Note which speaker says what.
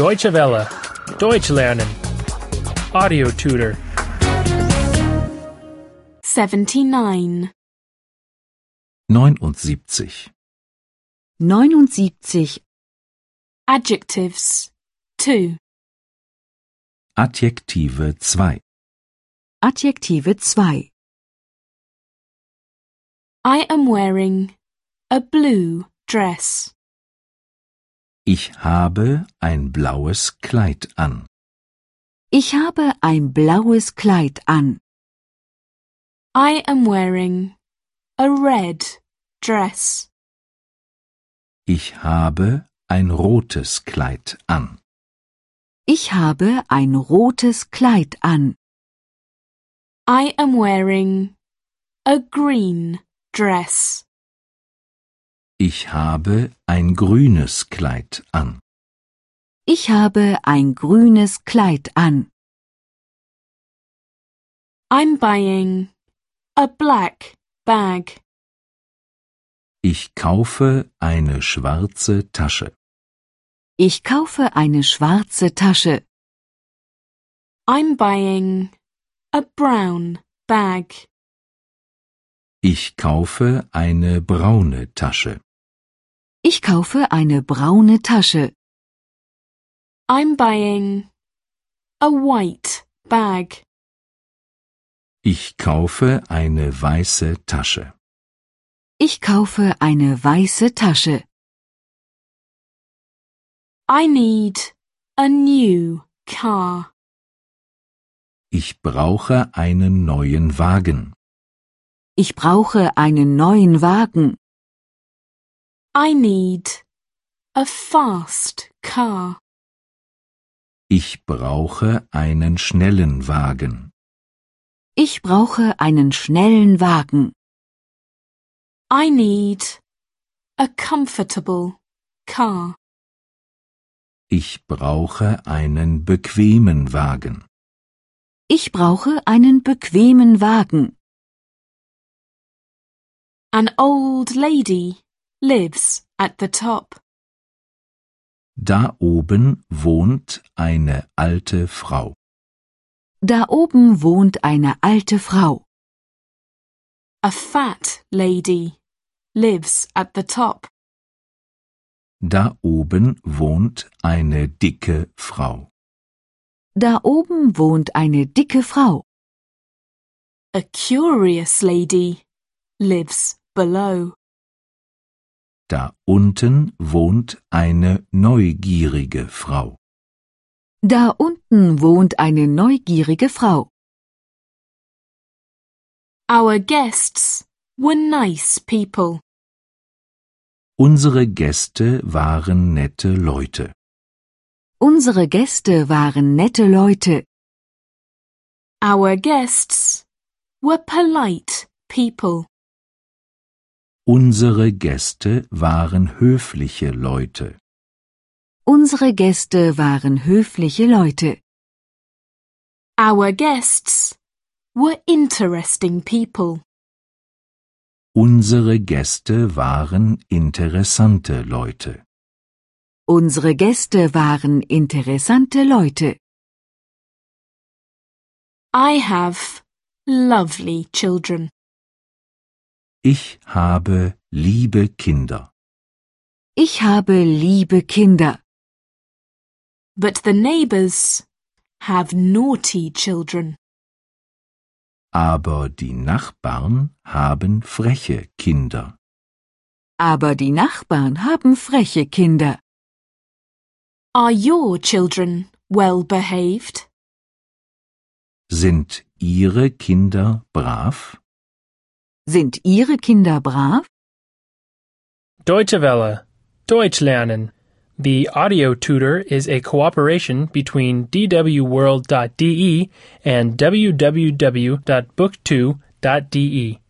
Speaker 1: Deutsche Welle. Deutsch lernen. Audio tutor.
Speaker 2: 79.
Speaker 3: 79.
Speaker 4: 79.
Speaker 2: Adjectives. 2.
Speaker 3: Adjektive 2.
Speaker 4: Adjektive 2.
Speaker 2: I am wearing a blue dress.
Speaker 3: Ich habe ein blaues Kleid an.
Speaker 4: Ich habe ein blaues Kleid an.
Speaker 2: I am wearing a red dress.
Speaker 3: Ich habe ein rotes Kleid an.
Speaker 4: Ich habe ein rotes Kleid an.
Speaker 2: I am wearing a green dress.
Speaker 3: Ich habe ein grünes Kleid an.
Speaker 4: Ich habe ein grünes Kleid an.
Speaker 2: I'm buying a black bag.
Speaker 3: Ich kaufe eine schwarze Tasche.
Speaker 4: Ich kaufe eine schwarze Tasche.
Speaker 2: I'm buying a brown bag.
Speaker 3: Ich kaufe eine braune Tasche.
Speaker 4: Ich kaufe eine braune Tasche.
Speaker 2: I'm buying a white bag.
Speaker 3: Ich kaufe eine weiße Tasche.
Speaker 4: Ich kaufe eine weiße Tasche.
Speaker 2: I need a new car.
Speaker 3: Ich brauche einen neuen Wagen.
Speaker 4: Ich brauche einen neuen Wagen.
Speaker 2: I need a fast car.
Speaker 3: Ich brauche einen schnellen Wagen.
Speaker 4: Ich brauche einen schnellen Wagen.
Speaker 2: I need a comfortable car.
Speaker 3: Ich brauche einen bequemen Wagen.
Speaker 4: Ich brauche einen bequemen Wagen.
Speaker 2: An old lady lives at the top.
Speaker 3: Da oben wohnt eine alte Frau.
Speaker 4: Da oben wohnt eine alte Frau.
Speaker 2: A fat lady lives at the top.
Speaker 3: Da oben wohnt eine dicke Frau.
Speaker 4: Da oben wohnt eine dicke Frau.
Speaker 2: A curious lady lives below.
Speaker 3: Da unten wohnt eine neugierige Frau.
Speaker 4: Da unten wohnt eine neugierige Frau.
Speaker 2: Our guests were nice people.
Speaker 3: Unsere Gäste waren nette Leute.
Speaker 4: Unsere Gäste waren nette Leute.
Speaker 2: Our guests were polite people.
Speaker 3: Unsere Gäste waren höfliche Leute.
Speaker 4: Unsere Gäste waren höfliche Leute.
Speaker 2: Our guests were interesting people.
Speaker 3: Unsere Gäste waren interessante Leute.
Speaker 4: Unsere Gäste waren interessante Leute.
Speaker 2: I have lovely children.
Speaker 3: Ich habe liebe Kinder,
Speaker 4: Ich habe liebe Kinder,
Speaker 2: But the neighbours have naughty children.
Speaker 3: aber die Nachbarn haben freche Kinder.
Speaker 4: aber die Nachbarn haben freche Kinder.
Speaker 2: Are your children well behaved?
Speaker 3: Sind ihre Kinder brav?
Speaker 4: Sind ihre Kinder brav?
Speaker 1: Deutsche Welle. Deutsch lernen. The audio tutor is a cooperation between E dwworld.de and www.book2.de.